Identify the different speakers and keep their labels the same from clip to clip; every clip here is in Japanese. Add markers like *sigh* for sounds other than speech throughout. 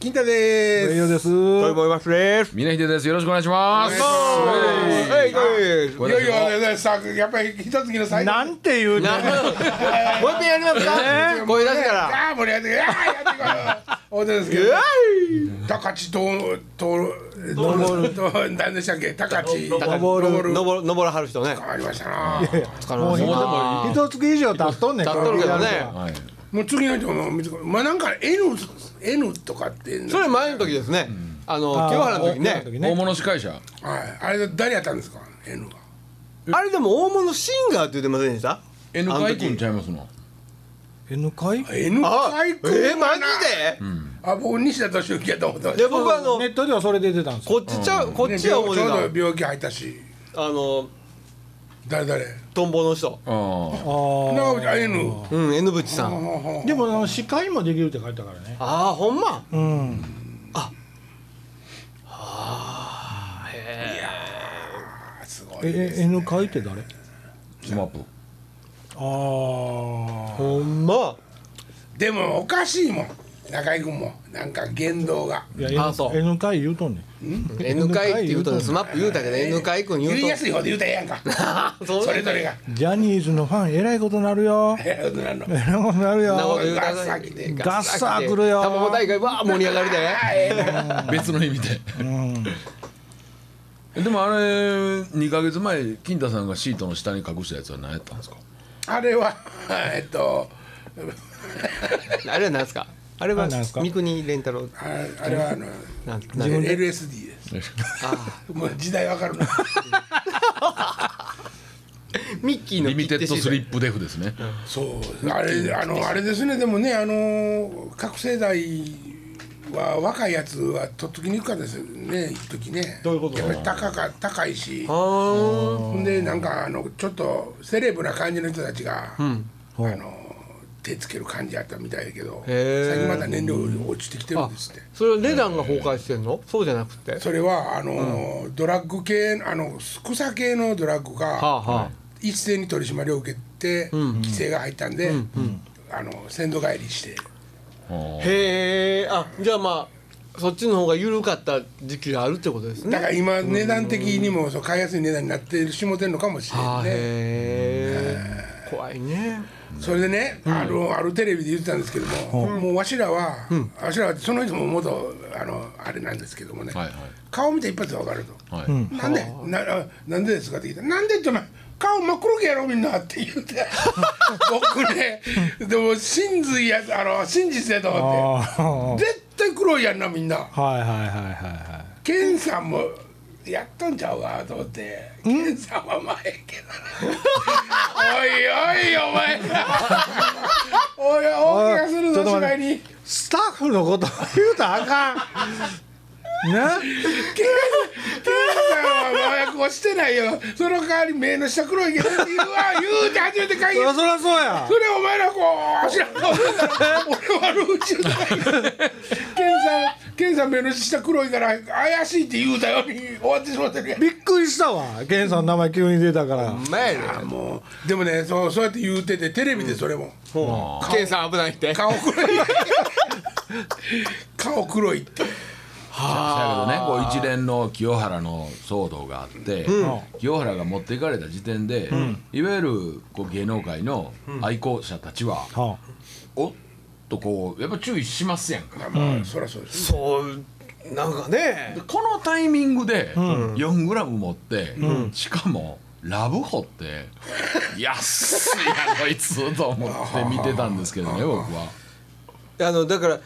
Speaker 1: 金太で
Speaker 2: 栄養です。
Speaker 3: と思いますです。
Speaker 4: 峰秀です。よろしくお願いします。
Speaker 3: はい、
Speaker 1: す。いよいよね、さやっぱり一月の最後。
Speaker 2: なんてい
Speaker 3: *laughs*
Speaker 2: うね。
Speaker 3: もう一回やりますか。声出すから。
Speaker 1: ああ、盛り
Speaker 3: *laughs*
Speaker 1: 上げて、ああ、やってこう。おですけど。高知と、と、どう、どう、なんでしたっけ、高知。
Speaker 2: 登る
Speaker 3: 登る登らはる人ね。
Speaker 1: ありましたな。
Speaker 3: 疲れ
Speaker 2: も
Speaker 3: ま
Speaker 2: う
Speaker 3: し
Speaker 2: で
Speaker 3: たな。
Speaker 2: も一月以上経っとんねん。
Speaker 3: 立っとるけどね
Speaker 2: このやるのは
Speaker 4: はい。
Speaker 1: もう次の人も、まあ、なんか、N、N とかって。
Speaker 3: それ前の時ですね。あの清原の時ね。
Speaker 4: 大物司会者。
Speaker 1: はい、あれ、誰やったんですか、N が。
Speaker 3: あれでも大物シンガーって言ってませんでした。
Speaker 4: N 会君ちゃいますの。
Speaker 2: N 会
Speaker 1: N
Speaker 3: あ、え
Speaker 1: 最高だな。
Speaker 3: ーマジで？
Speaker 1: あ、僕西田敏行やと思ってまし
Speaker 3: で
Speaker 1: た。
Speaker 3: 僕はあの
Speaker 2: ネットではそれで出てたんですよ。
Speaker 3: こっちちゃうこっ
Speaker 1: ね
Speaker 3: ちは思う
Speaker 1: ちょうど
Speaker 3: て
Speaker 1: 病気入ったし、
Speaker 3: た。あの
Speaker 1: 誰誰。
Speaker 3: トンボの人。
Speaker 4: あ
Speaker 2: あ
Speaker 1: 長渕あ N。
Speaker 3: うん、N ぶちさん。
Speaker 2: あ。でもあの司会もできるって書いてたからね。
Speaker 3: ああ、ほんま。
Speaker 2: うん。
Speaker 1: すごい。
Speaker 2: ええ N 会って誰？あ
Speaker 4: あ。スマップ。
Speaker 2: あ。
Speaker 3: ほんま。
Speaker 1: でもおかしいもん中居君もなんか言動が
Speaker 2: いや N,
Speaker 3: あそう
Speaker 2: N 会言うとんねん。
Speaker 3: N 会って言うとスマップ言うたけど N 会君
Speaker 1: 言い
Speaker 3: 言う
Speaker 1: やすい方で言うたらええやんか
Speaker 3: と。 *laughs* そう
Speaker 1: それぞれが *laughs*
Speaker 2: ジャニーズのファンえらいことなるよ。え
Speaker 1: えらいことなるの
Speaker 2: らいことなる
Speaker 3: そんなこ
Speaker 2: よ
Speaker 3: と。言うたら
Speaker 1: ガッサー来て
Speaker 2: ガッサー来るよ
Speaker 3: 卵大会わあ盛り上がりだね。
Speaker 4: 別の意味で。 *laughs*
Speaker 2: うん。
Speaker 4: でもあれ2ヶ月前金太さんがシートの下に隠したやつは何やったんです
Speaker 1: *laughs*
Speaker 4: か
Speaker 1: あれはえっと
Speaker 3: *laughs* あれは何ですか。あれは
Speaker 2: あなんすか
Speaker 3: 三国連太郎。
Speaker 1: ああれはあの
Speaker 3: なんなん
Speaker 1: LSD ですもう時代わ
Speaker 3: *laughs*
Speaker 1: かるな
Speaker 3: ミッキーの
Speaker 4: リミテッドスリ
Speaker 3: ッ
Speaker 4: ップデフですね
Speaker 1: そうあれあのあれですねでもねあの覚醒剤は若いやつは取っときにくかったですよね一時ねどういうことやっぱり高か高いし
Speaker 3: あ
Speaker 1: ほんでなんかあのちょっとセレブな感じの人たちが、あの手つける感じやったみたいだけど
Speaker 3: へー
Speaker 1: 最近まだ燃料落ちてきてるんですって
Speaker 3: あそれは値段が崩壊してんのそうじゃなくては
Speaker 1: それはあの、ドラッグ系あの草系のドラッグが、
Speaker 3: あは
Speaker 1: 一斉に取り締まりを受けて、規制が入ったんで、あの先導帰りして
Speaker 3: あへえあじゃあまあそっちの方が緩かった時期があるってことですね
Speaker 1: だから今値段的にも、そう買いやすい値段になってしもてんのかもしれ
Speaker 3: あ
Speaker 1: な
Speaker 3: ー
Speaker 1: いね
Speaker 3: へえ怖いね
Speaker 1: それでね、あのあるテレビで言ってたんですけども、もうわしらは、わしらはその人も元あのあれなんですけどもね、
Speaker 4: はい
Speaker 1: 顔見て一発で分かると。
Speaker 4: はいはい
Speaker 1: なんでなあなんでですかって聞いたらなんでってお前顔真っ黒けやろみんなって言うて僕ねでも真髄やあの真実やと思
Speaker 2: ああ
Speaker 1: っ。て絶対黒いやんなみんな
Speaker 2: はいはいはいはいは
Speaker 1: 健さんもやっとんちゃうかと思って健さんは前やけどおいおいお前らおい大怪我する
Speaker 2: おいちょ
Speaker 1: ぞ
Speaker 2: っと
Speaker 1: し
Speaker 2: 待
Speaker 1: ま
Speaker 2: っ
Speaker 1: いに
Speaker 2: い。スタッフのこと言うたらあかん。 *laughs* ね。
Speaker 1: 健さんは麻薬をしてないよその代わり目の下黒いけどって言うわ言うて初めて会議
Speaker 2: そりゃそりゃそうや
Speaker 1: そ。れお前らこう知らん顔したら俺悪口言うた
Speaker 2: *laughs*
Speaker 1: らケンさんケンさん目の下黒いから怪しいって言うたように終わってしまってるやん
Speaker 2: びっくりしたわ。ケンさんの名前急に出たから。
Speaker 3: 前ね
Speaker 1: もうでもねそうそうやって言うててテレビでそれも、
Speaker 3: ケンさん危ないって
Speaker 1: 顔黒い顔黒いって
Speaker 4: だけどねこう一連の清原の騒動があって、清原が持っていかれた時点で、いわゆるこう芸能界の愛好者たちは、
Speaker 2: は
Speaker 4: おっとこうやっぱ注意しますやんか
Speaker 1: まあまあ、そりゃそうです
Speaker 3: そうなんかね
Speaker 4: でこのタイミングで4グラム持って、しかもラブ
Speaker 3: *laughs*
Speaker 4: ホって安いなこいつと思って見てたんですけどね僕は。
Speaker 3: あのだから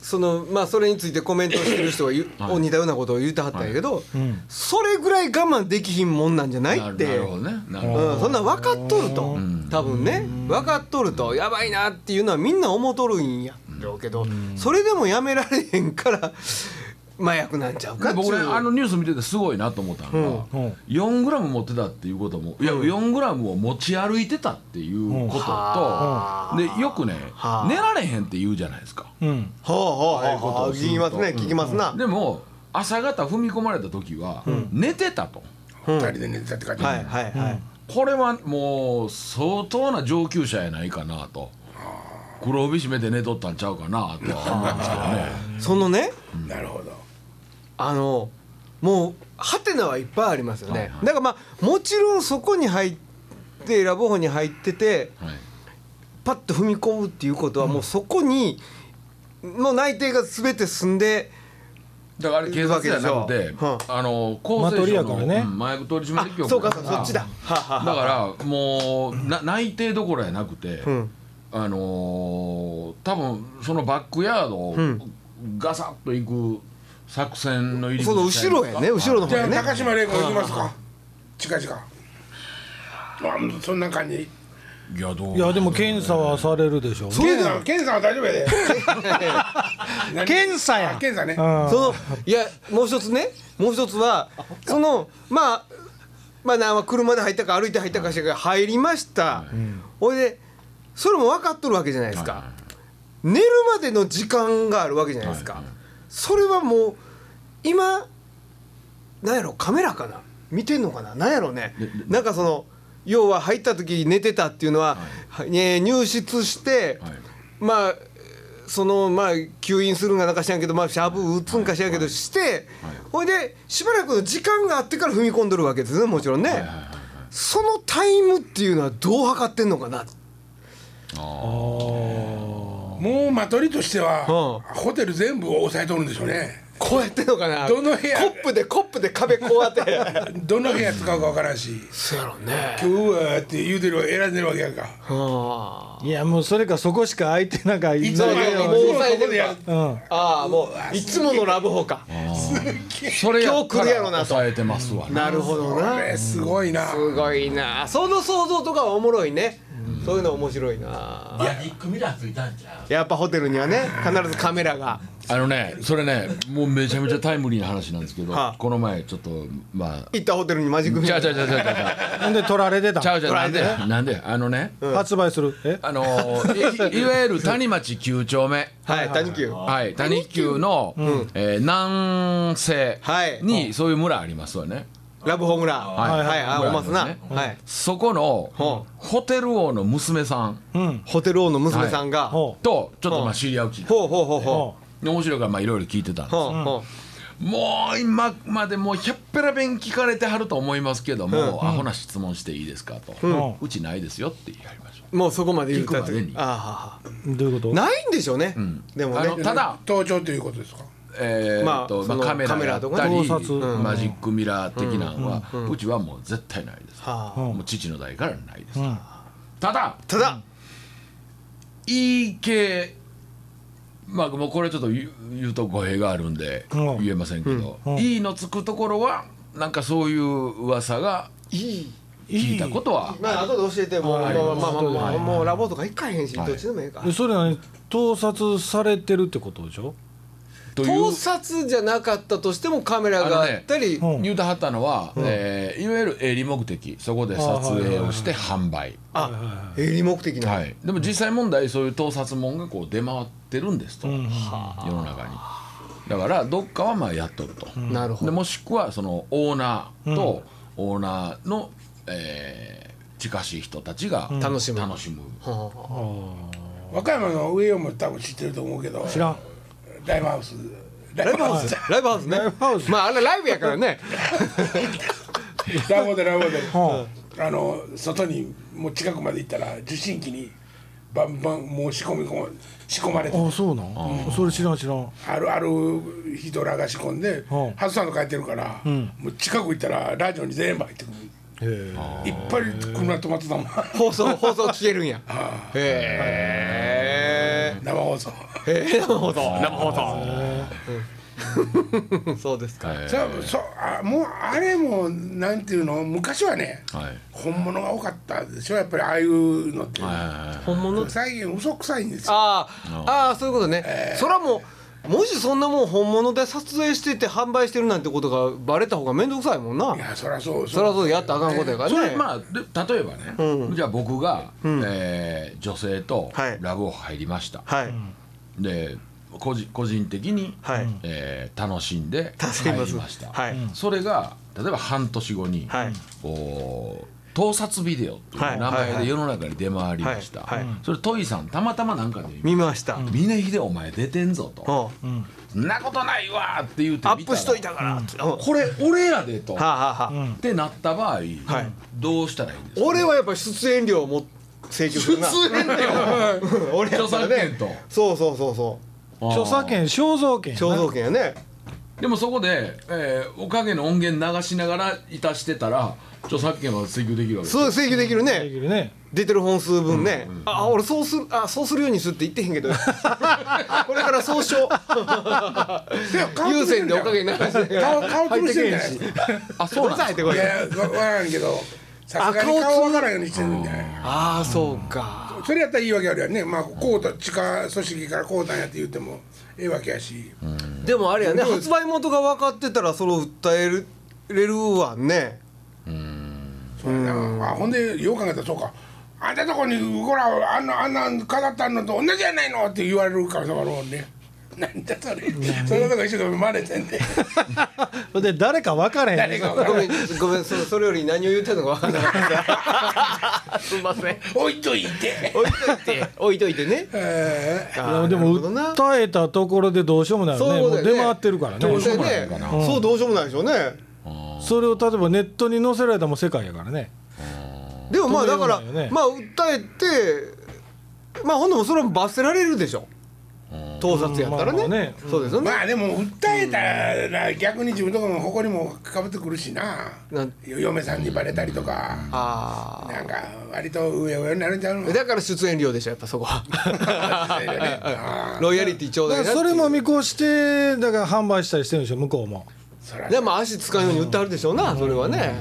Speaker 3: そのまあそれについてコメントをしてる人が言う
Speaker 4: はい
Speaker 3: を似たようなことを言うてはったんやけど
Speaker 2: ん
Speaker 3: それぐらい我慢できひんもんなんじゃない
Speaker 4: な
Speaker 3: って
Speaker 4: なるほどねなるほど、
Speaker 3: うん、そんなん分かっとると多分ね分かっとるとやばいなっていうのはみんな思うとるんやろうけどそれでもやめられへんから麻薬なんちゃうか
Speaker 4: で
Speaker 3: っちゅ
Speaker 4: 僕ねあの
Speaker 3: う
Speaker 4: ニュース見ててすごいなと思ったのが、
Speaker 2: うんうん
Speaker 4: 4グラム持ってたっていうこともいや4グラムを持ち歩いてたっていうことと、でよくね、
Speaker 3: はあ
Speaker 4: 寝られへんって言うじゃないですか。
Speaker 2: あ。うん。
Speaker 3: ほうほう
Speaker 4: ああいう
Speaker 3: ほ
Speaker 4: こ
Speaker 3: う
Speaker 4: と
Speaker 3: ほう
Speaker 4: をする
Speaker 3: 聞きますね聞きますな
Speaker 4: でも朝方踏み込まれた時は、寝てたと。
Speaker 1: 二人で寝てたって感じ、
Speaker 3: はいはいはい
Speaker 4: これはもう相当な上級者やないかなと黒帯締めて寝とったんちゃうかなとは思うんですけどね
Speaker 3: そのね
Speaker 1: なるほど
Speaker 3: あのもうハテナはいっぱいありますよねだからまあもちろんそこに入ってラボホに入ってて
Speaker 4: はい
Speaker 3: パッと踏み込むっていうことはもうそこにもう内定が全て済んで
Speaker 4: だからあれ警察じゃなくて、
Speaker 3: は
Speaker 4: あの厚
Speaker 2: まあ
Speaker 4: 生
Speaker 2: 取り
Speaker 4: 省
Speaker 2: やか
Speaker 4: の、
Speaker 2: らね
Speaker 4: うん麻薬取
Speaker 3: あ
Speaker 4: 締局
Speaker 3: そうか
Speaker 4: や
Speaker 3: そうかそっちだはあはあ
Speaker 4: だ
Speaker 3: はあ
Speaker 4: からもうな内定どころやなくて、
Speaker 3: うん *laughs*
Speaker 4: あのー多分そのバックヤードを
Speaker 3: ん
Speaker 4: ガサッと行く作戦の入り口
Speaker 3: その後ろやね後ろの方
Speaker 1: じゃ
Speaker 3: や
Speaker 1: あ
Speaker 3: ね
Speaker 1: 高島玲子行きますか近々あそんな感じ
Speaker 4: いやどう
Speaker 2: いやでも検査はされるでしょうね
Speaker 1: 検査検査は大丈夫やで何
Speaker 2: 検査や
Speaker 1: あ検査ね
Speaker 2: うん
Speaker 3: そのいやもう一つねもう一つはそのまあまあなまあ車で入ったか歩いて入ったかしてから入りました、ほいでそれも分かっとるわけじゃないですか、
Speaker 4: はいはい
Speaker 3: 寝るまでの時間があるわけじゃないですか、
Speaker 4: はいはい
Speaker 3: それはもう今なんやろカメラかな見てんのかななんやろねなんかその要は入った時寝てたっていうのは、はいえー入室して、
Speaker 4: はい
Speaker 3: まあそのまあ吸引するんかなんか知らんけどまあシャーブ打つんか知らんけどしてほいでしばらくの時間があってから踏み込んでるわけですねもちろんねそのタイムっていうのはどう測ってんのかな
Speaker 1: もう間取りとしては、
Speaker 3: う
Speaker 1: ホテル全部を押さえとるんでしょうね
Speaker 3: こうやってんのかな
Speaker 1: どの部屋
Speaker 3: コップでコップで壁こうやって
Speaker 1: どの部屋使うかわからんし
Speaker 3: そうやろね
Speaker 1: 今日はって言うてる選んでるわけやんか
Speaker 3: あ
Speaker 2: いやもうそれかそこしか空いてなんかい
Speaker 1: いつも
Speaker 2: な
Speaker 1: の
Speaker 2: いよ
Speaker 1: もうそこでやる
Speaker 2: うん
Speaker 3: ああもういつものラブホか
Speaker 4: それやっ
Speaker 3: 今日来
Speaker 4: た
Speaker 3: るや
Speaker 4: ら
Speaker 3: ろなと
Speaker 4: 抑えてますわね
Speaker 3: なるほど
Speaker 1: こ
Speaker 3: な
Speaker 1: れすごいな
Speaker 3: すごいなその想像とかはおもろいねそういうの面白いな
Speaker 5: マジックミラーついたんちゃう
Speaker 3: やっぱホテルにはね必ずカメラが
Speaker 4: あのねそれねもうめちゃめちゃタイムリーな話なんですけど、
Speaker 3: はあ
Speaker 4: この前ちょっとまあ
Speaker 3: 行ったホテルにマジックミ
Speaker 4: ちゃ
Speaker 3: ラ
Speaker 4: う
Speaker 3: ー
Speaker 4: ちゃうちゃうちゃうちゃう
Speaker 2: ほんで取られてた
Speaker 4: ちゃうちゃうなんでなんであのね、
Speaker 2: 発売するえ
Speaker 4: あのーいいわゆる谷町9丁目
Speaker 3: はい谷久
Speaker 4: はい、谷久の、えー南西
Speaker 3: はい
Speaker 4: にそういう村ありますわね、
Speaker 3: ラブホームランはいいはいあ
Speaker 4: はい
Speaker 3: おますな
Speaker 4: ね
Speaker 3: はい
Speaker 4: そこの
Speaker 3: ほ
Speaker 4: ホテル王の娘さん
Speaker 2: うん
Speaker 3: ホテル王の娘さんがほ
Speaker 2: ほう
Speaker 4: とちょっとまあ知り合うきっか
Speaker 3: うほうほうほ
Speaker 2: ほ
Speaker 4: け面白いからまあいろいろ聞いてたん
Speaker 3: う
Speaker 4: です
Speaker 3: ほうほ
Speaker 4: もう今までもうひゃっぺらべん聞かれてはると思いますけども、アホな質問していいですかと、う
Speaker 2: うん
Speaker 4: ちないですよって言われました
Speaker 3: うもうそこまで言った
Speaker 4: 聞くまでに
Speaker 3: ああ
Speaker 2: うどういうこと
Speaker 3: ないんでしょうねでも
Speaker 4: あの
Speaker 3: ね
Speaker 4: ただ
Speaker 1: 盗聴ということですか
Speaker 4: えーっと
Speaker 3: ま
Speaker 4: ま
Speaker 3: あ
Speaker 4: あ、
Speaker 3: その
Speaker 4: カメラやった
Speaker 2: カメ
Speaker 4: り、
Speaker 2: ラとかね盗撮うん
Speaker 4: マジックミラー的なのは、うちはもう絶対ないです、
Speaker 3: はあ
Speaker 2: うん
Speaker 4: もう父の代からないです、
Speaker 2: うん
Speaker 4: ただ
Speaker 3: ただ
Speaker 4: いい系まあもうこれちょっと言う言うと語弊があるんで
Speaker 2: うん
Speaker 4: 言えませんけど「
Speaker 2: うん
Speaker 4: いい」のつくところはなんかそういう噂が
Speaker 3: いい
Speaker 4: 聞いたことは
Speaker 3: まあ後で教えてもうまあ
Speaker 2: はい
Speaker 3: まあまあ
Speaker 2: は
Speaker 3: まあ
Speaker 2: い
Speaker 3: もうラボとか行かへんしど
Speaker 4: はい
Speaker 3: っちでもええか
Speaker 2: えそれ何盗撮されてるってことでしょ
Speaker 4: という
Speaker 3: 盗撮じゃなかったとしてもカメラがあったり
Speaker 2: あのね
Speaker 4: 言うたはったのは、えーいわゆる営利目的そこで撮影をして販売、
Speaker 3: あ営利目的な
Speaker 4: はい、でも実際問題そういう盗撮もんがこう出回ってるんですと、
Speaker 2: ん
Speaker 4: 世の中にだからどっかはまあやっとると、
Speaker 3: なるほ
Speaker 4: で
Speaker 3: ど
Speaker 4: もしくはそのオーナーとオーナーの、えー近しい人たちが
Speaker 3: 楽しむ
Speaker 4: 楽しむ
Speaker 3: は
Speaker 1: 和歌山の上をも多分知ってると思うけど
Speaker 2: 知らん
Speaker 1: ライブハウスライブハウス
Speaker 3: あライブハウスね
Speaker 2: ライブハウス
Speaker 3: まああれライブやからね
Speaker 1: *laughs* ラボでラボで
Speaker 2: は
Speaker 1: あの外にもう近くまで行ったら受信機にバンバンもう仕込み込ま仕込まれて
Speaker 2: ああそうなんそれ知らん知らん
Speaker 1: あるある人らが仕込んで
Speaker 2: うん
Speaker 1: ハズさんと帰ってるから、もう近く行ったらラジオに全部入ってくる
Speaker 2: へ
Speaker 1: いっぱい車止まってたもん
Speaker 3: 放送放送聞けるんやへえ
Speaker 1: 生放送
Speaker 3: へえ生放送生放送そうですか
Speaker 4: はい
Speaker 1: そうそうあもうあれもなんていうの昔はね
Speaker 4: はい
Speaker 1: 本物が多かったでしょやっぱりああいうのって、
Speaker 3: 本物
Speaker 1: 最近嘘くさいんですよ
Speaker 3: ああああそういうことね、それはもうもしそんなもん本物で撮影してて販売してるなんてことがバレた方が面倒くさいもんない
Speaker 1: やそりゃそう
Speaker 3: それはそうやったらあかんことやからね
Speaker 4: それまあで例えばね、じゃあ僕が、えー女性と
Speaker 3: はい
Speaker 4: ラブを入りました、
Speaker 3: はい、
Speaker 4: で個人個人的に、
Speaker 3: はい
Speaker 4: えー楽しんで
Speaker 3: 楽しみ
Speaker 4: 入
Speaker 3: ま
Speaker 4: り
Speaker 3: す
Speaker 4: ました、
Speaker 3: はい
Speaker 4: それが例えば半年後に、
Speaker 3: はい
Speaker 4: こう盗撮ビデオっていう名前で世の中に出回りました、
Speaker 3: はいはいはい
Speaker 4: それトイさんたまたまなんかで
Speaker 3: 見
Speaker 4: 見
Speaker 3: ました、うん
Speaker 4: 峰秀お前出てんぞと「そんなことないわ」って言うて
Speaker 3: ア
Speaker 4: 見
Speaker 3: ップしといた
Speaker 4: ら
Speaker 3: から、ってうんは
Speaker 4: これ俺やでと
Speaker 3: あ、
Speaker 4: っ
Speaker 3: はあはあ
Speaker 4: てなった場合、どうしたらいいんですか
Speaker 3: 俺はやっぱ出演料をも請求するな
Speaker 4: 出演
Speaker 3: 料俺や
Speaker 4: 著
Speaker 3: ったら
Speaker 4: 作
Speaker 3: ね
Speaker 4: 権と
Speaker 3: そうそうそうそ
Speaker 2: 著作権肖像権
Speaker 3: う
Speaker 2: やな
Speaker 3: 肖像権やね
Speaker 4: でもそこで、えーおかげの音源流しながらいたしてたら著作権は請求できるわけです
Speaker 3: そう請求できるね、
Speaker 2: できるね
Speaker 3: 出てる本数分ね、あ俺そうするあそうするようにするって言ってへんけど *laughs* これから総 *laughs* 称優先でおかげにならして
Speaker 1: 顔顔潰してんじゃない
Speaker 3: 入ってけへんし
Speaker 4: あそうなん
Speaker 3: どう入ってこ
Speaker 4: ですか
Speaker 1: い
Speaker 3: い
Speaker 1: やいやわわからんけどさすがに
Speaker 3: あ顔
Speaker 1: 顔わからんようにしてるんじゃない
Speaker 3: ああそうか、
Speaker 1: それやったらいいわけあるやんねまあこうた地下組織からこうたんやって言ってもええわけやし
Speaker 3: でもあれやね発売元が分かってたらそれを訴えるれるわね
Speaker 1: そうやなあほんでよう考えたらそうかあんたとこにほらあんなあんな飾ったのと同じやないのって言われるからだろうね *laughs* なんだそれそれとか一生懸命真似てんで
Speaker 3: *laughs*
Speaker 2: そ *laughs* れで誰か分からへん
Speaker 1: 誰かわか
Speaker 3: ご
Speaker 1: ら
Speaker 3: め
Speaker 1: ん
Speaker 3: んごめんそそれより何を言ってんのか分からなかったすんません
Speaker 1: 置いといて
Speaker 3: 置いといて *laughs* 置いといてね
Speaker 1: え
Speaker 2: いやで
Speaker 3: あーな
Speaker 2: も
Speaker 3: るほどな
Speaker 2: 訴えたところでどうしようもないよ
Speaker 3: そう
Speaker 2: ね
Speaker 3: いうこ
Speaker 2: も
Speaker 3: と
Speaker 2: う
Speaker 3: だよね
Speaker 2: 出回ってるから
Speaker 3: どう
Speaker 2: ね
Speaker 3: せねそうどうしようもないでしょうね
Speaker 2: それを例えばネットに載せられたらもう世界やからね
Speaker 3: でもまあだから、
Speaker 2: 止めようがないよね
Speaker 3: まあ訴えてまあほんでもそれも罰せられるでしょ盗撮やったらね,、
Speaker 2: まあまあね
Speaker 3: そうですよ
Speaker 1: え
Speaker 3: ね、
Speaker 1: まあでも訴えたら逆に自分とこの誇りもかぶってくるしな
Speaker 3: なん
Speaker 1: 嫁さんにバレたりとか
Speaker 3: あ
Speaker 1: なんか割と上上になるんちゃうの
Speaker 3: あだから出演料でしょやっぱそこ
Speaker 4: *laughs*
Speaker 3: はロイヤリティちょう
Speaker 2: だ
Speaker 3: だい
Speaker 2: か
Speaker 3: なっ
Speaker 2: ら
Speaker 3: ていう
Speaker 2: それも見越してだから販売したりしてるんでしょ向こうも
Speaker 1: そら
Speaker 3: でも足使うように売ってはるでしょうな、それはね、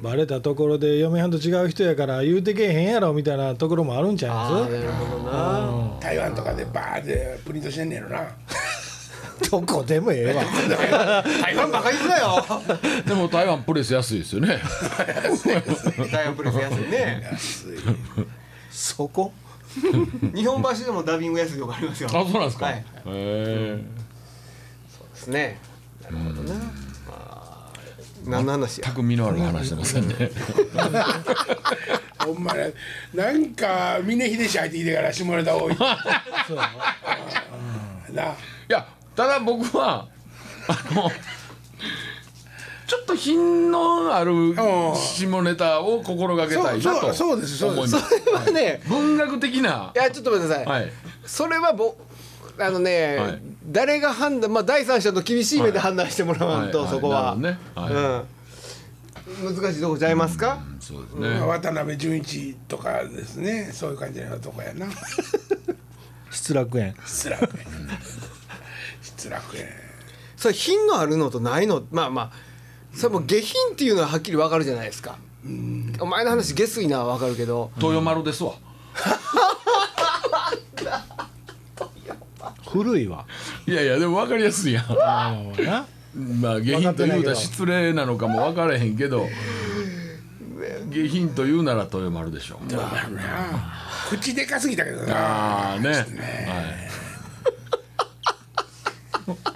Speaker 2: バレたところで嫁はんと違う人やから言うてけへんやろみたいなところもあるんちゃ
Speaker 3: あ
Speaker 2: い
Speaker 3: あ
Speaker 2: ます
Speaker 3: なるほどな
Speaker 1: 台湾とかでバーってプリントしてんねやろな
Speaker 2: どこでもええわ
Speaker 3: 台湾バカにすな
Speaker 4: *laughs*
Speaker 3: よ
Speaker 4: でも台湾プレス安いですよ
Speaker 1: *laughs*
Speaker 4: ね
Speaker 3: 台湾プレス安いね *laughs* そこ日本橋でもダビング安いとこありますよ
Speaker 4: あそうなんですか、
Speaker 3: はい
Speaker 4: へえ
Speaker 3: ですねなるほどな、まあ何の話や
Speaker 4: 全く身のある話してませんね
Speaker 1: ほんまねなんか峰秀氏入ってきてから下ネタ多いない
Speaker 4: やただ僕はあのちょっと品のある
Speaker 1: ん
Speaker 4: 下ネタを心がけた
Speaker 1: そ
Speaker 4: いうな
Speaker 1: そう
Speaker 4: と
Speaker 1: そうですそう
Speaker 4: 思
Speaker 1: で
Speaker 4: い
Speaker 1: す
Speaker 4: ます
Speaker 3: それは *laughs* ね、
Speaker 4: 文学的ない
Speaker 3: やちょっと待ってください、
Speaker 4: はい
Speaker 3: それはぼあのね、
Speaker 4: はい
Speaker 3: 誰が判断まあ第三者の厳しい目で判断してもらわんと、
Speaker 4: はい
Speaker 3: そこは、
Speaker 4: なるほどね
Speaker 3: うん、難しいとこちゃいますか、
Speaker 4: そうです
Speaker 1: まあ
Speaker 4: ね
Speaker 1: 渡辺純一とかですねそういう感じのとこやな
Speaker 2: 失楽園
Speaker 1: 失楽園失楽園
Speaker 3: それ品のあるのとないのまあまあそれも下品っていうのははっきりわかるじゃないですか、お前の話下水なはわかるけど
Speaker 4: 豊丸ですわ
Speaker 2: 古いわ
Speaker 4: いやいやでも分かりやすいやんま
Speaker 2: あのな
Speaker 4: あ下品と言うたら失礼なのかも分からへんけど下品と言うなら豊丸でしょう
Speaker 1: 口でかすぎたけどな
Speaker 4: ああね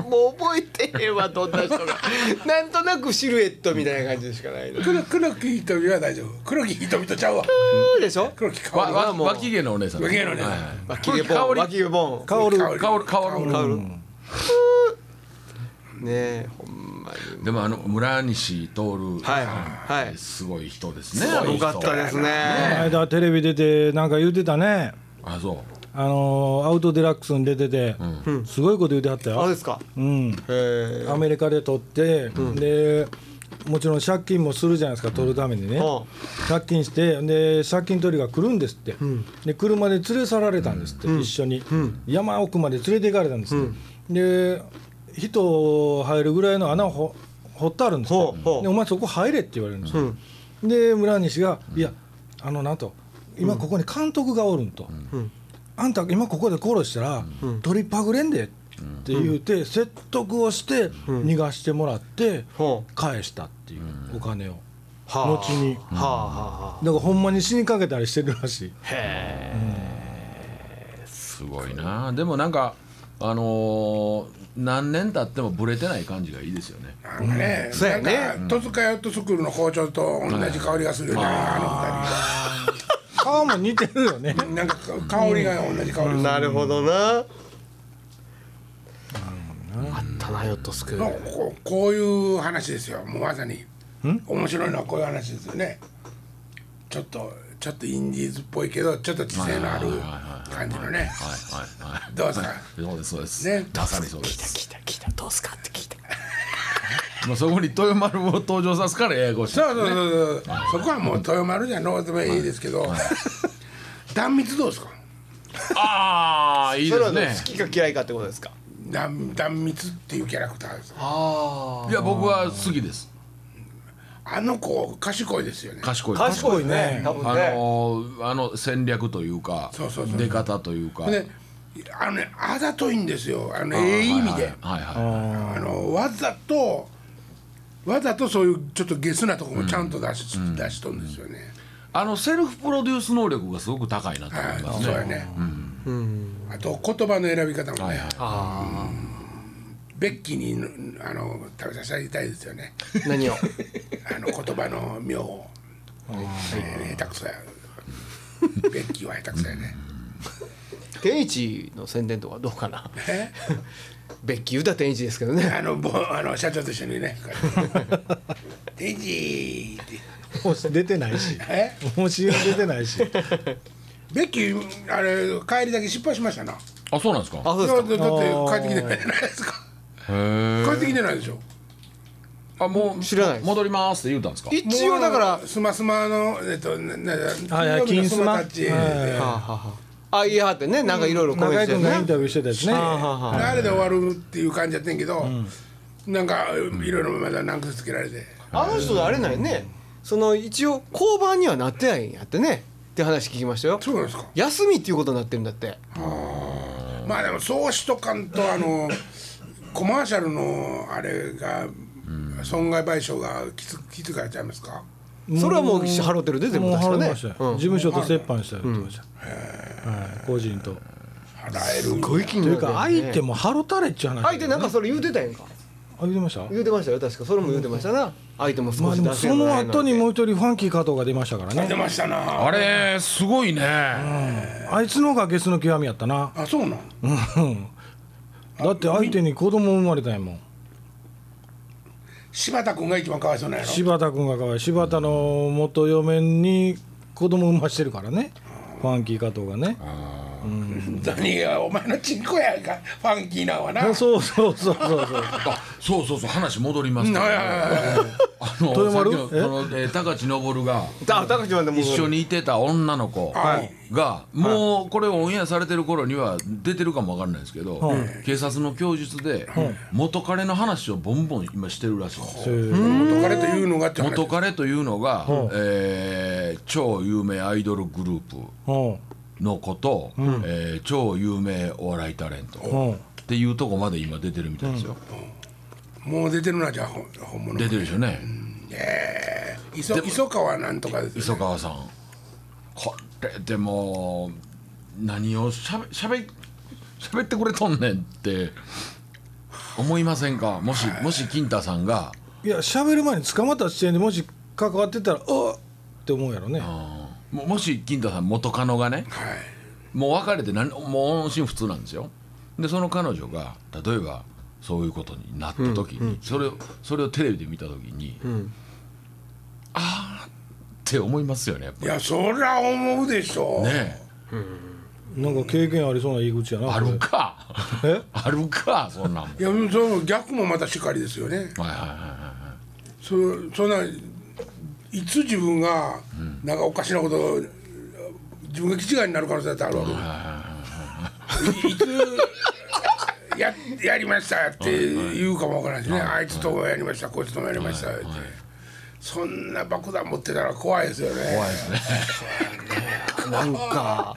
Speaker 3: もう覚えてへんわどんな
Speaker 4: *laughs*
Speaker 3: 人がなんとなくシルエットみたいな感じしかないの
Speaker 1: 黒黒木瞳は大丈夫黒木瞳とちゃうわ
Speaker 3: でしょ
Speaker 1: 黒木香
Speaker 4: わ
Speaker 1: り
Speaker 4: わ
Speaker 3: はもう
Speaker 4: 脇毛のお姉さん
Speaker 1: 脇毛のお姉さん
Speaker 4: はいはい
Speaker 3: 脇毛ボン脇毛ボン
Speaker 2: 香る
Speaker 1: 香り
Speaker 4: 香る香る
Speaker 3: タオルねえほんまに
Speaker 4: でもあの村西徹
Speaker 3: はいはい
Speaker 4: すごい人ですね
Speaker 3: すごかったです
Speaker 2: この
Speaker 3: ね
Speaker 2: 間テレビ出てなんか言うてたね
Speaker 4: あそう
Speaker 2: あのーアウトデラックスに出てて、すごいこと言うてはった
Speaker 3: あ
Speaker 2: よ
Speaker 3: で、すか
Speaker 2: うん、
Speaker 3: へえ
Speaker 2: アメリカで取って、でもちろん借金もするじゃないですか取るためにね、
Speaker 3: は
Speaker 2: 借金してで借金取りが来るんですって、で車で連れ去られたんですって、一緒に、山奥まで連れて行かれたんですって、で人入るぐらいの穴をほ掘ってあるんですって
Speaker 3: ほうほう
Speaker 2: でお前そこ入れって言われるんですよ、で村西が「いやあのな」と「今ここに監督がおるんと」あんた今ここで殺したら取りパグれんで」って言うて説得をして逃がしてもらって
Speaker 3: ほう
Speaker 2: 返したっていうお金を。
Speaker 3: はあ
Speaker 2: 後に
Speaker 3: はあはあはあ
Speaker 2: だからほんまに死にかけたりしてるらしい
Speaker 3: へえ
Speaker 4: すごいなでもなんかあのー何年経ってもブレてない感じがいいですよね
Speaker 1: なんかね、
Speaker 3: そうやね
Speaker 1: なんか戸塚ヨットスクールの校長と同じ香りがするよね、あ
Speaker 2: 顔も似てるよね
Speaker 1: の二人なんか香りが同じ香りする、
Speaker 3: なるほどな。あったなヨットスクール。
Speaker 1: こうこういう話ですよもうまさに面白いのはこういう話ですよねちょっとちょっとインディーズっぽいけどちょっと知性のある感じのね
Speaker 4: はいはいはい
Speaker 1: どうですか
Speaker 4: そうですそうです、
Speaker 1: ね
Speaker 4: まさにそうです
Speaker 3: 来た来たどうすかって聞いた。
Speaker 4: もうそこに豊丸を登場さすからややこしい
Speaker 1: そうそうそうそう、そこはもう豊丸じゃノーズメいいですけど、断蜜どうですか
Speaker 4: ああいい
Speaker 3: そ
Speaker 4: で
Speaker 3: れは
Speaker 4: す
Speaker 3: ね
Speaker 4: ね
Speaker 3: 好きか嫌いかってことですか。
Speaker 1: 断断蜜っていうキャラクターです
Speaker 4: いや僕は好きです
Speaker 1: あの子賢いですよね
Speaker 4: 賢い
Speaker 3: 賢い
Speaker 2: ね
Speaker 3: 多分
Speaker 4: あ
Speaker 3: ね。
Speaker 4: のーあの戦略というか
Speaker 1: そうそうそう
Speaker 4: 出方というか
Speaker 1: であのねあざといんですよあの
Speaker 4: あー
Speaker 1: ええ意味で、
Speaker 4: はいはいはいはい
Speaker 1: あのわざとわざとそういうちょっとゲスなとこもちゃんと出し,、出しとんですよね、
Speaker 4: あのセルフプロデュース能力がすごく高いなと思
Speaker 1: はいい
Speaker 4: ます
Speaker 1: そうや
Speaker 4: ね
Speaker 1: ね、あと言葉の選び方もね、
Speaker 4: はいはい
Speaker 1: ベッキーにあの食べさせたいですよね
Speaker 3: 何を。
Speaker 1: あの言葉の妙を、えー下手くそやベッキーは下手くそやね
Speaker 3: 天一の宣伝とかどうかな。
Speaker 1: え *laughs*
Speaker 3: ベッキー歌天一ですけどね。
Speaker 1: あのぼあの社長と一緒にね「デジー」って
Speaker 2: 星出てないし
Speaker 1: え
Speaker 2: 星は出てな
Speaker 3: *laughs*
Speaker 2: いし
Speaker 1: ベッキーあれ帰りだけ失敗しましたな
Speaker 4: あそうなんですか
Speaker 3: あそう
Speaker 1: だ
Speaker 3: です
Speaker 1: だっ
Speaker 3: か。
Speaker 1: て帰ってきてないじゃないですか
Speaker 4: へえ
Speaker 1: 帰ってきてないでしょ
Speaker 4: あもう
Speaker 3: 知らないです
Speaker 4: 戻りますって言うたんですか
Speaker 3: 一応だから。は
Speaker 1: スマスマのえっとなな
Speaker 2: はいはい
Speaker 1: 金曜日のスマ
Speaker 2: 金スマ
Speaker 1: たちで
Speaker 2: はい
Speaker 3: あはあはあ。あ言いはってねなんかいろいろコメ
Speaker 2: 中
Speaker 3: ン
Speaker 2: 居
Speaker 3: ト
Speaker 2: 君
Speaker 3: ね。
Speaker 2: が
Speaker 3: は
Speaker 2: インタビューしてたやつ
Speaker 3: あ
Speaker 2: ね
Speaker 3: はあはあ。
Speaker 1: あれで終わるっていう感じやってんけどなんかいろいろまだ難癖つけられて
Speaker 3: あの人あれないね。その一応交番にはなってないんやってね。って話聞きましたよ。
Speaker 1: そうなんですか
Speaker 3: 休みっていうことになってるんだって。
Speaker 1: まあでもそうしとかんとあのコマーシャルのあれが損害賠償がきつきつかれちゃいますか
Speaker 3: それはもう払ってるで全部
Speaker 2: もう
Speaker 3: 確か
Speaker 2: 払い
Speaker 3: ね
Speaker 2: ましたよ、
Speaker 3: うん
Speaker 2: 事務所と折半したよって言ってました、はい、個人と。
Speaker 1: 払える
Speaker 3: ごい気
Speaker 2: と
Speaker 3: に
Speaker 2: い
Speaker 3: な
Speaker 2: う
Speaker 3: る
Speaker 2: か相手も払ったれっちゅう話
Speaker 3: 相手なんかそれ言うてたやんか
Speaker 2: あ言ってました
Speaker 3: 言うてましたよ確かそれも言うてましたな相手も
Speaker 2: ま
Speaker 3: 少
Speaker 2: あ
Speaker 3: し
Speaker 2: で
Speaker 3: 出
Speaker 2: も
Speaker 3: せ
Speaker 2: そ
Speaker 3: るぐ
Speaker 2: の
Speaker 3: らいなんて
Speaker 2: 後にもう一人ファンキー加藤が出ましたから
Speaker 1: 出
Speaker 2: ね
Speaker 1: ましたな
Speaker 4: あれすごいね
Speaker 2: あいつの方がゲスの極みやったな
Speaker 1: あそうなん
Speaker 2: うんだって相手に子供生まれたんやもん
Speaker 1: 柴田君が一番かわいそうなんやろ
Speaker 2: 柴田君が可愛い柴田の元嫁に子供産ましてるからねファンキー加藤がね
Speaker 1: 何がお前のチンコやんかファンキーなんはな
Speaker 2: そうそうそうそうそう
Speaker 4: あそうそうそう話戻りますけど
Speaker 1: はいはいはいはい
Speaker 4: あの
Speaker 2: 豊丸
Speaker 4: さっきのそのえー高知昇が
Speaker 3: だ高橋までもう
Speaker 4: 一緒にいてた女の子
Speaker 1: はい
Speaker 4: がもうこれオンエアされてる頃には出てるかもわかんないですけど警察の供述で元彼の話をボンボン今してるらしいんですよ
Speaker 1: 元彼というのがって話
Speaker 4: 元彼というのがえー超有名アイドルグループ
Speaker 2: うん
Speaker 4: の子とえー超有名お笑いタレント
Speaker 2: う
Speaker 4: っ
Speaker 2: ん
Speaker 4: ていうとこまで今出てるみたいですよ
Speaker 1: もう出てるなじゃあほん本物
Speaker 4: 出てるでしょね
Speaker 1: 磯磯川なんとかですよ
Speaker 4: 磯川さんこれでも何をしゃべしゃべしゃべってくれとんねんって思いませんかもしもし金太さんが
Speaker 2: いや喋る前に捕まった時点でもし関わってたらあっって思うやろね
Speaker 4: ももし金太さん元カノがね
Speaker 1: はい
Speaker 4: もう別れて何もう音信不通なんですよでその彼女が例えばそういうことになった時に、それをそれをテレビで見た時に、ああって思いますよねやっ
Speaker 1: い
Speaker 4: ぱ
Speaker 1: やそりゃ思うでしょ
Speaker 4: りね
Speaker 2: なんか経験ありそうな言い口やな
Speaker 4: あ
Speaker 2: これ
Speaker 4: るか
Speaker 2: え
Speaker 4: あるかそんなんも
Speaker 1: いやでもその逆もまたしかりですよね
Speaker 4: はいはいはいはい
Speaker 1: そそんないつ自分がなんかおかしなこと自分が気違いになる可能性だってあるわけいいつややりましたって言うかもわからないしねあいつともやりましたこいつともやりましたってそんな爆弾持ってたら怖いですよね
Speaker 4: 怖いですね。
Speaker 3: なんか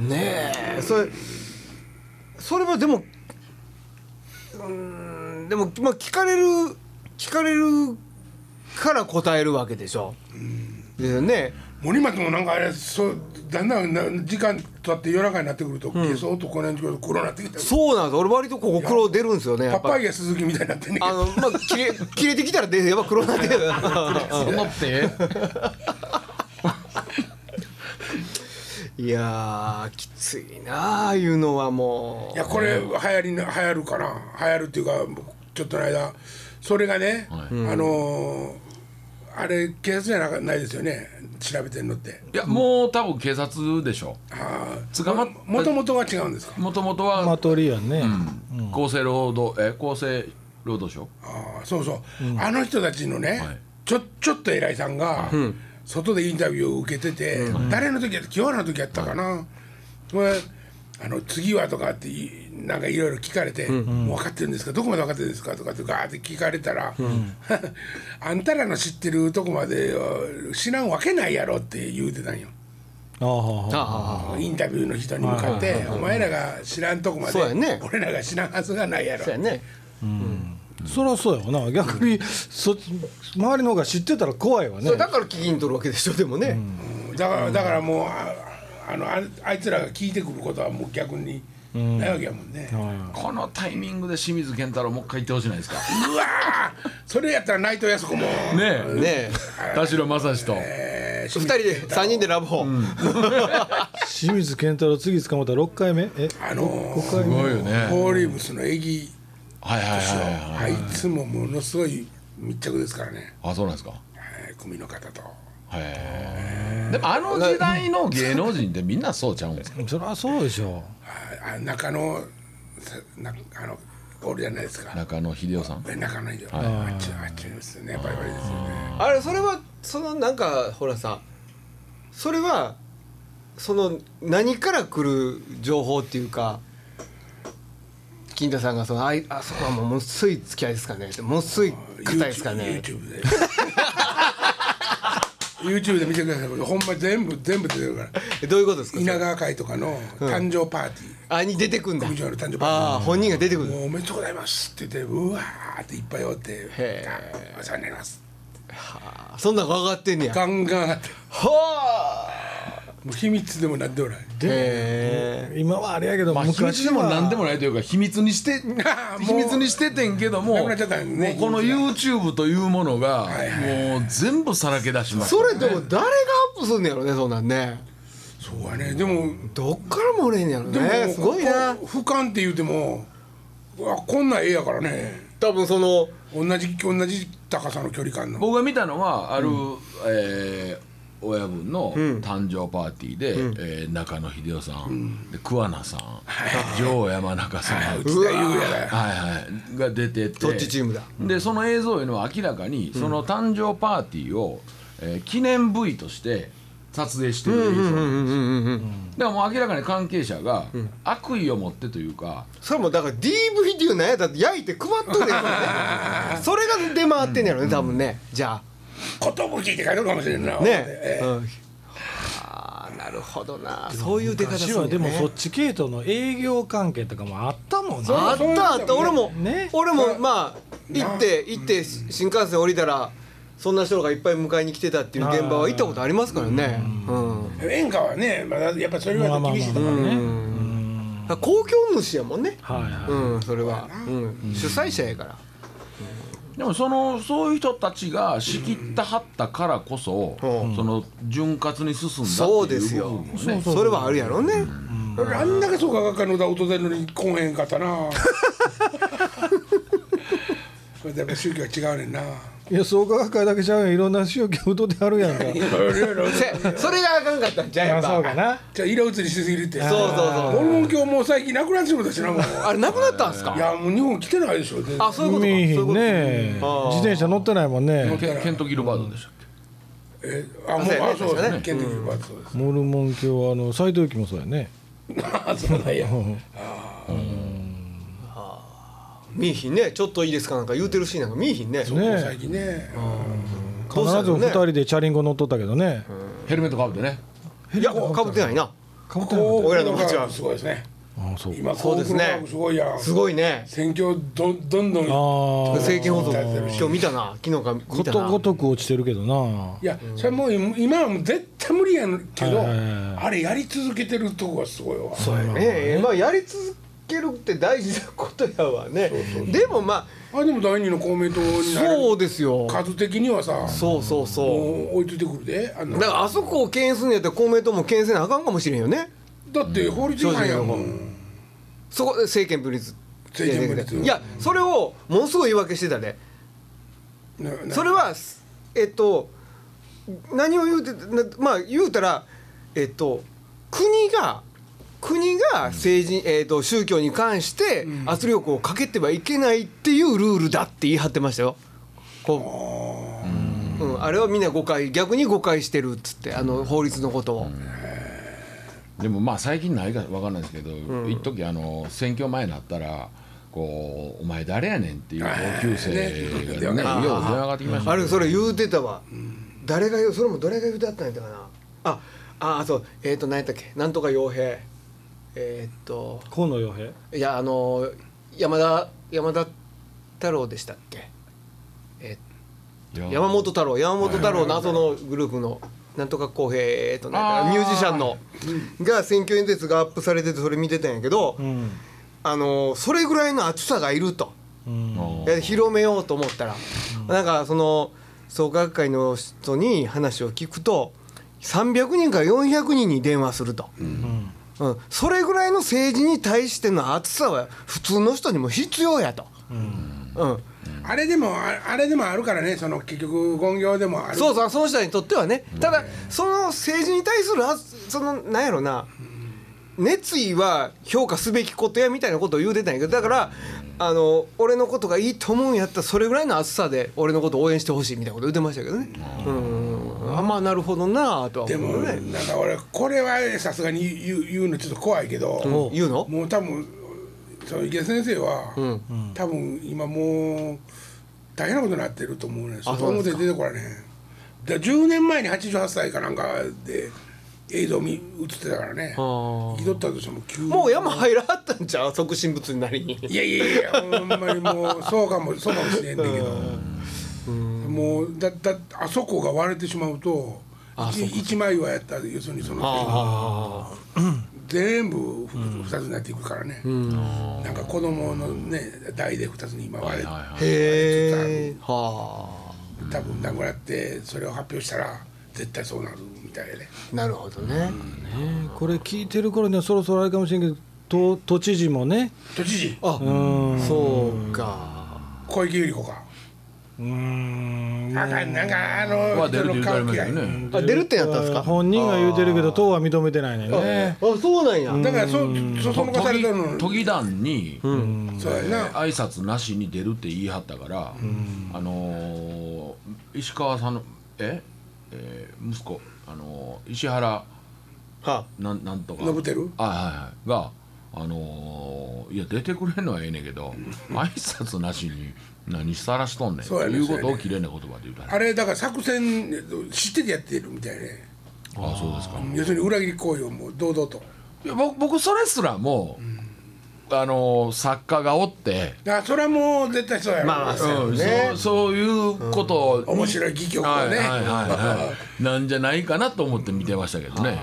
Speaker 3: ねえそれそれはでもうーんでもまあ聞かれる聞かれるから答えるわけでしょですよね
Speaker 1: 森松もなんかあれそうだんだんな時間経って夜中になってくるとゲソとこの辺黒なってきて
Speaker 3: そうなんです俺割とここ黒出るんですよねや
Speaker 1: パ
Speaker 3: っぱ
Speaker 1: パ
Speaker 3: り
Speaker 1: イヤ鈴木みたいになってんねんけ
Speaker 3: あ
Speaker 1: ど
Speaker 3: のまあ切れ切れてきたらでやっぱ黒なって *laughs* る
Speaker 4: そのって
Speaker 3: いやーきついなああいうのはも
Speaker 1: いやこれ流行りな流行るかな流行るっていうかちょっとの間それがね、あのーあれ警察じゃなないですよね調べてんのって
Speaker 4: いやもう多分警察でしょ
Speaker 1: あー
Speaker 4: 捕まっ
Speaker 1: もともとは違うんですか
Speaker 4: もともとは、
Speaker 2: マトリやね、
Speaker 4: 厚生労働え厚生労働省
Speaker 1: あーそうそう、あの人たちのね、
Speaker 4: はい
Speaker 1: ちょちょっと偉いさんが、外でインタビューを受けてて、誰の時やった清原の時やったかな、これあの次はとかっていなんかいろいろ聞かれて、もう分かってるんですかどこまで分かってるんですかとかってガーって聞かれたら、 *laughs* あんたらの知ってるとこまでは知らんわけないやろって言うてたんよ。
Speaker 2: あ
Speaker 3: う
Speaker 2: あ
Speaker 3: あ
Speaker 1: インタビューの人に向かって「お前らが知らんとこまで
Speaker 3: そうやね
Speaker 1: 俺らが知らんはずがないや
Speaker 3: あ
Speaker 1: ろ
Speaker 3: そうや」ね
Speaker 2: そりゃそうやわな逆にそ周りの方が知ってたら怖いわね
Speaker 3: そうだから基金取るわけでしょでもね
Speaker 1: だからだからもうああのああいつらが聞いてくることはもう逆にないわけやもんね、う
Speaker 4: このタイミングで清水健太郎もう一回言ってほしいないですか
Speaker 1: わーそれやったら内藤康子も、
Speaker 4: ねえ
Speaker 3: ねえ
Speaker 4: 田代正史と
Speaker 1: えー
Speaker 3: 二人で三人でラブホ、
Speaker 2: 清水健太郎次捕まったら6回目え
Speaker 1: あの
Speaker 2: 5
Speaker 1: ー
Speaker 2: 回
Speaker 4: すご
Speaker 2: 目
Speaker 4: いよね
Speaker 1: フォーリーブスのエギ
Speaker 4: はいはいはいはい
Speaker 1: あいつもものすごい密着ですからね、
Speaker 4: あそうなんですか
Speaker 1: はい、組の方と
Speaker 4: へえでもあの時代の芸能人ってみんなそうちゃうん *laughs* ですか
Speaker 2: そりゃそうでしょ
Speaker 1: ああ中野さなあのおるじゃないですか
Speaker 4: 中野秀夫さん
Speaker 1: 中野にああっちあっちですよねバリバリですよね
Speaker 3: あれそれはそのなんかほらさそれはその何から来る情報っていうか金田さんがそのあいあそこはもうものすごい付き合いですかねものすごい硬いですかね
Speaker 1: YouTube
Speaker 3: *laughs*
Speaker 1: YouTube で YouTube で見てくださいこれほんま全部全部出てるから
Speaker 3: えどういうこと *laughs* ですかそれ
Speaker 1: 稲川会とかの誕生パーティー、
Speaker 3: あに出てくんだ
Speaker 1: 組長の誕生日
Speaker 3: ああ本人が出てくる
Speaker 1: もうおめでとうございますって言ってうわーっていっぱいおって
Speaker 3: へ
Speaker 1: あお世話になります
Speaker 3: そんなんが上がってんねや
Speaker 1: ガンガン上がって
Speaker 3: はあ
Speaker 1: もう秘密でもなんでもない
Speaker 3: へえ
Speaker 2: う今はあれやけど、
Speaker 4: まあ秘密
Speaker 2: 昔
Speaker 4: でも何で
Speaker 2: は
Speaker 4: もないというか秘密に *laughs* して
Speaker 1: あーも
Speaker 4: 秘
Speaker 1: う
Speaker 4: 密にしててんけども
Speaker 1: なくなっちゃったよね
Speaker 4: もうこの YouTube というものがもう全部さらけ出しました
Speaker 3: それでも誰がアップすんねやろねそんなんね
Speaker 1: そうはねでも
Speaker 3: どっからも売れんねやろ
Speaker 1: でも、
Speaker 3: ねすごいな
Speaker 1: ここ俯瞰って言うてもうわこんなんええやからね
Speaker 3: 多分その
Speaker 1: 同じ同じ高さの距離感の
Speaker 4: 僕が見たのはある、えー親分の誕生パーティーで、えー中野秀夫さん、で桑名さん、城山中さん、はいう
Speaker 1: ちが言うやら
Speaker 4: はい、が出てて
Speaker 3: どっちチームだ
Speaker 4: でその映像いうのは明らかにその誕生パーティーを、えー記念 V として撮影してる映像なんですよだからもう明らかに関係者が悪意を持ってというか、
Speaker 3: それもだから DVD なんやだって焼いて配っとるやろ *laughs* ねそれが出回ってんねやろね多分ねじゃ
Speaker 1: ことぶきって書いてるかもしれんな
Speaker 3: あね
Speaker 1: ええ
Speaker 3: うんあーなるほどなそういう出方す
Speaker 2: 昔
Speaker 3: る
Speaker 2: は
Speaker 3: ん
Speaker 2: で
Speaker 3: や
Speaker 2: もそっ
Speaker 3: ね
Speaker 2: ち系統の営業関係とかもあったもんね
Speaker 3: あ
Speaker 1: そう
Speaker 3: ったあった俺も
Speaker 2: ね
Speaker 3: 俺もまあ行って行って新幹線降りたらそんな人がいっぱい迎えに来てたっていう現場は行ったことありますからねうん
Speaker 1: 演歌はねまだやっぱそれは厳しいとか
Speaker 2: まあまあまあまあ
Speaker 1: ね
Speaker 2: ね
Speaker 3: だから公共主やもんね
Speaker 2: はいはい
Speaker 3: うんそれはうん主催者やから
Speaker 4: でもそのそういう人たちが仕切ったはったからこそ、
Speaker 3: うん
Speaker 4: その潤滑に進んだ
Speaker 3: そう
Speaker 4: って
Speaker 3: で
Speaker 4: い
Speaker 3: す
Speaker 4: う部
Speaker 3: よ
Speaker 4: 分もね
Speaker 3: それはあるやろね
Speaker 1: 俺あんだけそうか学科の歌歌えるのに来おへんかったな *laughs* それでやっぱ宗教は違うねんない
Speaker 2: や創価学会だけちゃうやんいろんな宗教歌ってあるやんか
Speaker 1: いろいろいろ
Speaker 3: せそれがあかんかったんじゃうやっぱ
Speaker 2: そうかな
Speaker 1: じゃあ色移りしすぎるって
Speaker 3: そうそうそう
Speaker 1: モルモン教もう最近なくなってしまったしなもう
Speaker 3: あれなくなったんです
Speaker 1: い
Speaker 3: か。
Speaker 1: やもう日本来てないでしょ全然
Speaker 3: あ、そういうことか。
Speaker 2: 海
Speaker 3: そういうことか
Speaker 2: ね
Speaker 3: あー
Speaker 2: 自転車乗ってないもんね
Speaker 4: ケンケントギルバードでしたっけ、
Speaker 1: えあも
Speaker 3: そう
Speaker 1: う
Speaker 3: やね
Speaker 1: あそう
Speaker 3: そう
Speaker 1: で
Speaker 3: や
Speaker 1: すね
Speaker 3: ね
Speaker 1: 県的にはそうです
Speaker 2: モルモン教はあの斎藤由貴もそうやね
Speaker 1: *laughs* あそうなんや
Speaker 3: 見えひんね、ちょっといいですかなんか言うてるシーンなんか見えひんね。
Speaker 1: 最近ね
Speaker 2: 必ず二人でチャリンコ乗っとったけどね
Speaker 4: ヘルメットかぶってね
Speaker 3: いや、かぶってないな。
Speaker 2: かぶってなかっ
Speaker 1: こう
Speaker 3: 俺らの街は
Speaker 1: すごいですね
Speaker 2: あそう
Speaker 1: 今
Speaker 3: そうですね
Speaker 1: 幸福の科学すごいやん
Speaker 3: すごいね
Speaker 1: 選挙どどんどん
Speaker 2: ああ
Speaker 3: 政見放送
Speaker 1: やってるし
Speaker 3: 今日見たな昨日か見
Speaker 2: こ
Speaker 3: た
Speaker 2: と
Speaker 3: な
Speaker 2: ごとく落ちてるけどない
Speaker 1: やそれもう今はもう絶対無理やけど
Speaker 2: はいはいはい
Speaker 1: あれやり続けてるとこがすごいわ
Speaker 2: そうやな
Speaker 3: ええまあやり続けるって大事なことやわねでもまあ
Speaker 1: あでも第二の公明党にな
Speaker 3: そ
Speaker 1: る
Speaker 3: うですよ
Speaker 1: 数的にはさ
Speaker 3: そうそうそ
Speaker 1: もう追いついてくるであんな
Speaker 3: うだからあそこを敬遠するんやったら公明党も敬遠せなあかんかもしれんよね
Speaker 1: だって法律違反やもん
Speaker 3: そこで政権分立
Speaker 1: 政権分立
Speaker 3: いやそれをものすごい言い訳してたね
Speaker 1: なな
Speaker 3: それはえっと何を言うてなまあ言うたらえっと国が国が政治、えっと宗教に関して圧力をかけてはいけないっていうルールだって言い張ってましたよ。こううん、あれはみんな誤解逆に誤解してるっつってあの法律のことを、
Speaker 4: でもまあ最近ないかわかんないですけど、一時あの選挙前になったらこうお前誰やねんっていう同級生がね
Speaker 1: ね
Speaker 4: よう電話がかかってきました
Speaker 3: あれそれ言うてたわ、誰が言うそれも誰が言うてあったんやったかなああそうえっ、と何やったっけなんとか傭兵えっ、と
Speaker 2: 河野洋平
Speaker 3: いやあの山田山田太郎でしたっけ、え
Speaker 4: いや
Speaker 3: 山本太郎山本太郎謎のグループのなんとか公平と
Speaker 4: あ
Speaker 3: な
Speaker 4: ー
Speaker 3: ミュージシャンのが選挙演説がアップされててそれ見てたんやけど、
Speaker 2: うん
Speaker 3: あのそれぐらいの熱さがいると。
Speaker 2: うん
Speaker 4: あー
Speaker 3: え広めようと思ったら、なんかその創価学会の人に話を聞くと300人から400人に電話すると、
Speaker 2: うん
Speaker 3: うんそれぐらいの政治に対しての熱さは普通の人にも必要やと、うん
Speaker 1: あれでもああれでもあるからねその結局本業でもある
Speaker 3: そうそうその人にとってはねただその政治に対するあそのなんやろな熱意は評価すべきことやみたいなことを言うてたんやけどだからあの俺のことがいいと思うんやったらそれぐらいの熱さで俺のことを応援してほしいみたいなこと言うてましたけどねうんあまあなるほどなあとは
Speaker 1: で
Speaker 3: 思
Speaker 1: も
Speaker 3: う
Speaker 1: な
Speaker 3: ね
Speaker 1: んか俺これはさすがに言う言うのちょっと怖いけど
Speaker 3: うん言うの
Speaker 1: もう多分その池田先生は、多分今もう大変なことになってると思うね
Speaker 3: あそうなんですか
Speaker 1: 表に出てこられへんだから10年前に88歳かなんかで映像見映ってたからね
Speaker 3: あ
Speaker 1: 生きとったとしても急に
Speaker 3: もう山入らはったんちゃう即身仏になりに
Speaker 1: いやいやいやほんまにもうそう
Speaker 3: *laughs*
Speaker 1: かもそうかもしれんねんけどもうだだあそこが割れてしまうと
Speaker 3: あそうか
Speaker 1: 一一枚はやったら要するにその
Speaker 3: あ
Speaker 1: 全部ふ二つになっていくからね、なんか子供のね代で二つに今割れて
Speaker 4: はいは
Speaker 3: あへえは
Speaker 1: 多分亡くなってそれを発表したら絶対そうなるみたいでね
Speaker 3: あなるほどね
Speaker 2: これ聞いてる頃にはそろそろあれかもしれんけど都都知事もね
Speaker 1: 都知事
Speaker 3: あそうか
Speaker 1: 小池百合子か
Speaker 2: うん
Speaker 1: あかんなんかあ
Speaker 4: いは
Speaker 1: の
Speaker 4: 出るって言われましたよ
Speaker 1: 人の
Speaker 4: ね
Speaker 1: 関
Speaker 3: あ出るってやったんですか
Speaker 2: 本人が言うてるけど党は認めてないねんね
Speaker 3: あそうなんや、
Speaker 1: 係だからそそそのかされたの
Speaker 4: 都議団に
Speaker 1: そうやな
Speaker 4: 挨拶なしに出るって言い張ったから、あのー石川さんのええー息子あのー石原
Speaker 3: は
Speaker 4: なんなんとか
Speaker 1: 信輝
Speaker 4: あはいはいがあのーいや出てくれんのはええねんけ
Speaker 1: *laughs*
Speaker 4: ど挨拶なしに何さらしとんねん
Speaker 1: そうやね
Speaker 4: いうこと
Speaker 1: そうや
Speaker 4: を
Speaker 1: ね
Speaker 4: きれいな言葉で言うたら、
Speaker 1: あれだから作戦知っててやってるみたいね
Speaker 4: ああそうですか
Speaker 1: 要するに裏切り行為をもう堂々と
Speaker 4: いや僕僕それすらもう、あのー作家がおって、
Speaker 1: だからそれはもう絶対そうやろ、
Speaker 3: まあまあそう
Speaker 4: うん
Speaker 3: ね
Speaker 4: そうそういうことを、
Speaker 1: 面白い戯曲を
Speaker 4: はい
Speaker 1: ね、
Speaker 4: はいはい
Speaker 1: *laughs*
Speaker 4: はい、なんじゃないかなと思って見てましたけどね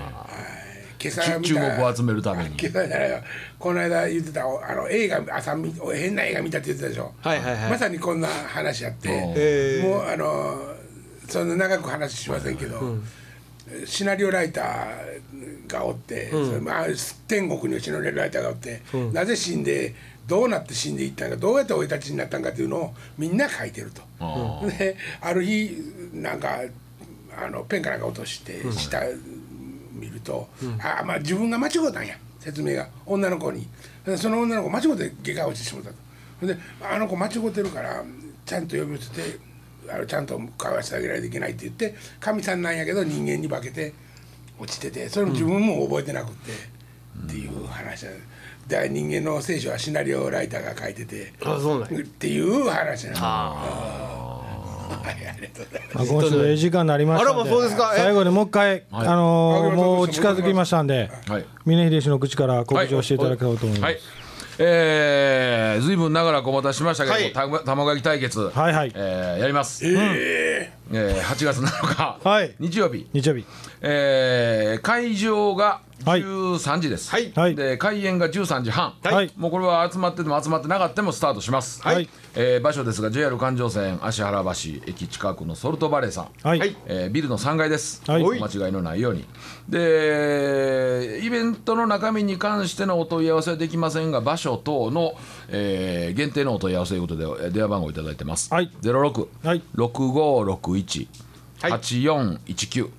Speaker 1: 今
Speaker 4: ち
Speaker 1: 朝見
Speaker 4: 注
Speaker 1: た
Speaker 4: 目を集めるため
Speaker 1: *laughs*
Speaker 4: に
Speaker 1: 今朝じゃないわこの間言ってたあの映画朝見変な映画見たって言ってたでしょ、
Speaker 3: はいはいはい
Speaker 1: まさにこんな話やって、
Speaker 3: へー
Speaker 1: もうあのそんな長く話しませんけど、シナリオライターがおって、それまあ、天国にシナリオライターがおって、なぜ死んでどうなって死んでいったんかどうやって生い立ちになったんかっていうのをみんな書いてると。
Speaker 4: あ
Speaker 1: である日なんかあのペンかなんか落として下見ると、あまあ自分が間違うたんや説明が女の子にその女の子間違うて下界落ちてしまったとであの子間違うてるからちゃんと呼び捨ててあのちゃんと会わせてあげないといけないって言ってかみさんなんやけど人間に化けて落ちててそれも自分も覚えてなくて、っていう話だだから人間の聖書はシナリオライターが書いてて
Speaker 3: あそうなんや
Speaker 1: っていう話なの。
Speaker 3: あ
Speaker 2: まあ、今週ええ時間になりましたん
Speaker 3: あらまあそうですかえ
Speaker 2: 最後にもう一回、
Speaker 4: はい
Speaker 2: あのー
Speaker 1: あ
Speaker 2: もう近づきましたんで
Speaker 4: はい
Speaker 2: 峰秀氏の口から告知をしていただけたらと思いま
Speaker 4: はい
Speaker 2: す。
Speaker 4: えー、ずいぶん長らくお待たせしましたけど、
Speaker 3: はい
Speaker 4: たま卵焼き対決、
Speaker 2: はいはい
Speaker 4: えーやります、えー8月7日、
Speaker 2: はい
Speaker 4: 日曜日、
Speaker 2: 日曜日
Speaker 4: えー会場が
Speaker 2: はい
Speaker 4: 13時です、
Speaker 3: はい
Speaker 2: はい
Speaker 4: で開演が13時半、
Speaker 2: はいはい
Speaker 4: もうこれは集まってても集まってなかったもスタートします、
Speaker 2: はい
Speaker 4: えー場所ですが JR 環状線芦原橋駅近くのソルトバレーさん、
Speaker 2: はい
Speaker 3: はい
Speaker 4: えービルの3階です、
Speaker 2: はい
Speaker 4: お間違いのないようにでイベントの中身に関してのお問い合わせはできませんが場所等の、えー限定のお問い合わせということでえー電話番号いただいてます、
Speaker 2: はい
Speaker 4: 06
Speaker 2: はい
Speaker 4: 6561
Speaker 3: はい
Speaker 4: 8419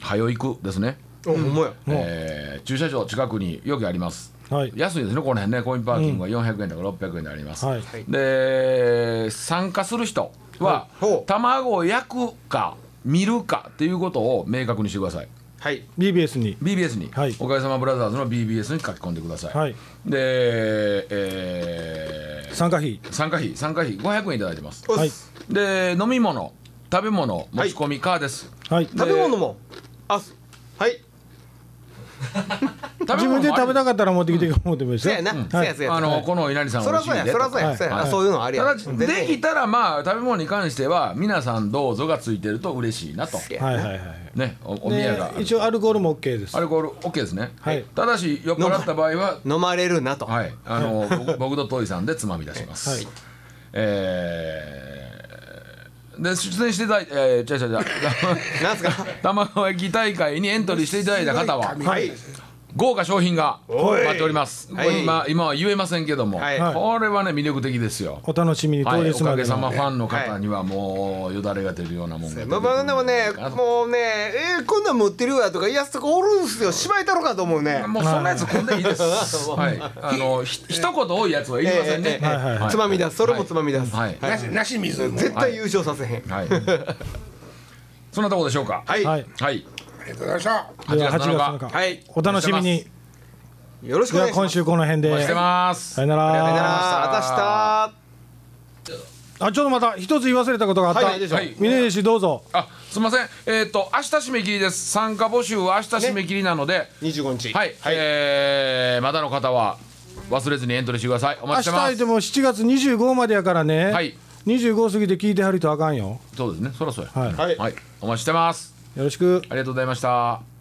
Speaker 4: はよいくですね、
Speaker 3: おほんまや
Speaker 4: えー駐車場近くによくあります、
Speaker 2: はい
Speaker 4: 安いですねこの辺ねコインパーキングは400円とか600円であります、
Speaker 2: はい
Speaker 4: で参加する人は、
Speaker 3: はいほう
Speaker 4: 卵を焼くか見るかっていうことを明確にしてください
Speaker 3: はい
Speaker 2: BBS に
Speaker 4: BBS に、
Speaker 2: はい
Speaker 4: おかげさまブラザーズの BBS に書き込んでください、
Speaker 2: はい
Speaker 4: で、えー
Speaker 2: 参加費
Speaker 4: 参加費参加費500円いただいてます
Speaker 3: おっ
Speaker 2: はい
Speaker 3: す
Speaker 4: で飲み物食べ物持ち込みカーです、
Speaker 2: はい
Speaker 4: で
Speaker 3: 食べ物もあすはい
Speaker 4: 食べ
Speaker 2: 自
Speaker 4: 物
Speaker 2: 分
Speaker 4: もあり
Speaker 2: で食べたかったら持ってきてもうてもいいです
Speaker 3: そ
Speaker 2: よ
Speaker 3: やな
Speaker 2: うん
Speaker 3: そやそや
Speaker 4: あのこの稲荷さん
Speaker 3: そ
Speaker 4: 美
Speaker 3: ら
Speaker 4: 味しい
Speaker 3: そう
Speaker 4: で
Speaker 3: やそら
Speaker 4: とか
Speaker 3: そうやそらそうや
Speaker 2: はい
Speaker 3: あそういうのあり
Speaker 4: た
Speaker 3: や
Speaker 4: だ
Speaker 3: ん
Speaker 4: できたらまあ食べ物に関しては皆さんどうぞがついてると嬉しいなと
Speaker 3: せや
Speaker 2: はいはいはい
Speaker 4: ねおお宮が
Speaker 2: で一応アルコールも OK です
Speaker 4: アルコール OK ですね、
Speaker 2: はい
Speaker 4: ただし酔っ払った場合は
Speaker 3: 飲まれるなと
Speaker 4: はい
Speaker 2: *laughs*
Speaker 4: あの僕僕とトイさんでつまみ出します、
Speaker 2: はい
Speaker 4: えーで出演していただいて、えー、ちゃうちゃうちゃ
Speaker 3: *laughs*
Speaker 4: う
Speaker 3: なんす
Speaker 4: *laughs*
Speaker 3: か
Speaker 4: 卵焼き大会にエントリーしていただいた方は
Speaker 3: はい
Speaker 4: 豪華商品が
Speaker 3: おい
Speaker 4: 待っております、
Speaker 3: はい
Speaker 4: これ今今は言えませんけども、
Speaker 3: はい
Speaker 4: これはね魅力的ですよ
Speaker 2: お楽しみに当
Speaker 4: はい、お
Speaker 2: 日ま
Speaker 4: かげ
Speaker 2: で
Speaker 4: さ
Speaker 2: の
Speaker 4: まファンの方にはもうよだれが出るようなもんが出て
Speaker 3: ま
Speaker 4: くる
Speaker 3: あまあでもねもうねえーこんなん持ってるわとかいやつとかおるんすよしまいたろかと思うね
Speaker 4: もうそんなやつこんでいいです。はい、あのひ一言多いやつはいりませんね
Speaker 3: ええええええ
Speaker 2: はいはいは。い
Speaker 3: つまみ出すそれもつまみ出す
Speaker 4: はい。
Speaker 1: なしなし水も
Speaker 3: 絶対優勝させへん
Speaker 4: はい。そんなとこでしょうか。
Speaker 3: は
Speaker 2: はいい
Speaker 4: はい。
Speaker 1: ありがとうございました
Speaker 4: 8
Speaker 2: では8
Speaker 4: 月
Speaker 2: 月
Speaker 4: 7
Speaker 2: 7
Speaker 4: 日。
Speaker 2: 日
Speaker 3: はい
Speaker 2: お楽しみに
Speaker 3: よろしくお
Speaker 2: で
Speaker 3: 願し
Speaker 2: はい
Speaker 3: ま
Speaker 2: 今
Speaker 3: す
Speaker 2: 週この辺で
Speaker 4: お待ちしてます。
Speaker 2: さよなら
Speaker 4: ありがとうございました
Speaker 3: あたした
Speaker 2: あちょっとまた一つ言い忘れたことがあった、
Speaker 3: はいでしょ
Speaker 4: はい
Speaker 2: 峰岸どうぞ
Speaker 4: あ、すみません。えっ、と明日締め切りです。参加募集は明日締め切りなので、
Speaker 3: 25日
Speaker 4: はい。えーまだの方は忘れずにエントリーしてください。お待
Speaker 2: 明
Speaker 4: ちしてま
Speaker 2: 日
Speaker 4: す
Speaker 2: で。も7月25までやからね、
Speaker 4: はい
Speaker 2: 25過ぎて聞いてはるとあかんよ
Speaker 4: そうですね。そろそろや。
Speaker 2: はい、
Speaker 3: はい
Speaker 4: はい。お待ちしてます。
Speaker 2: よろしく
Speaker 4: ありがとうございました。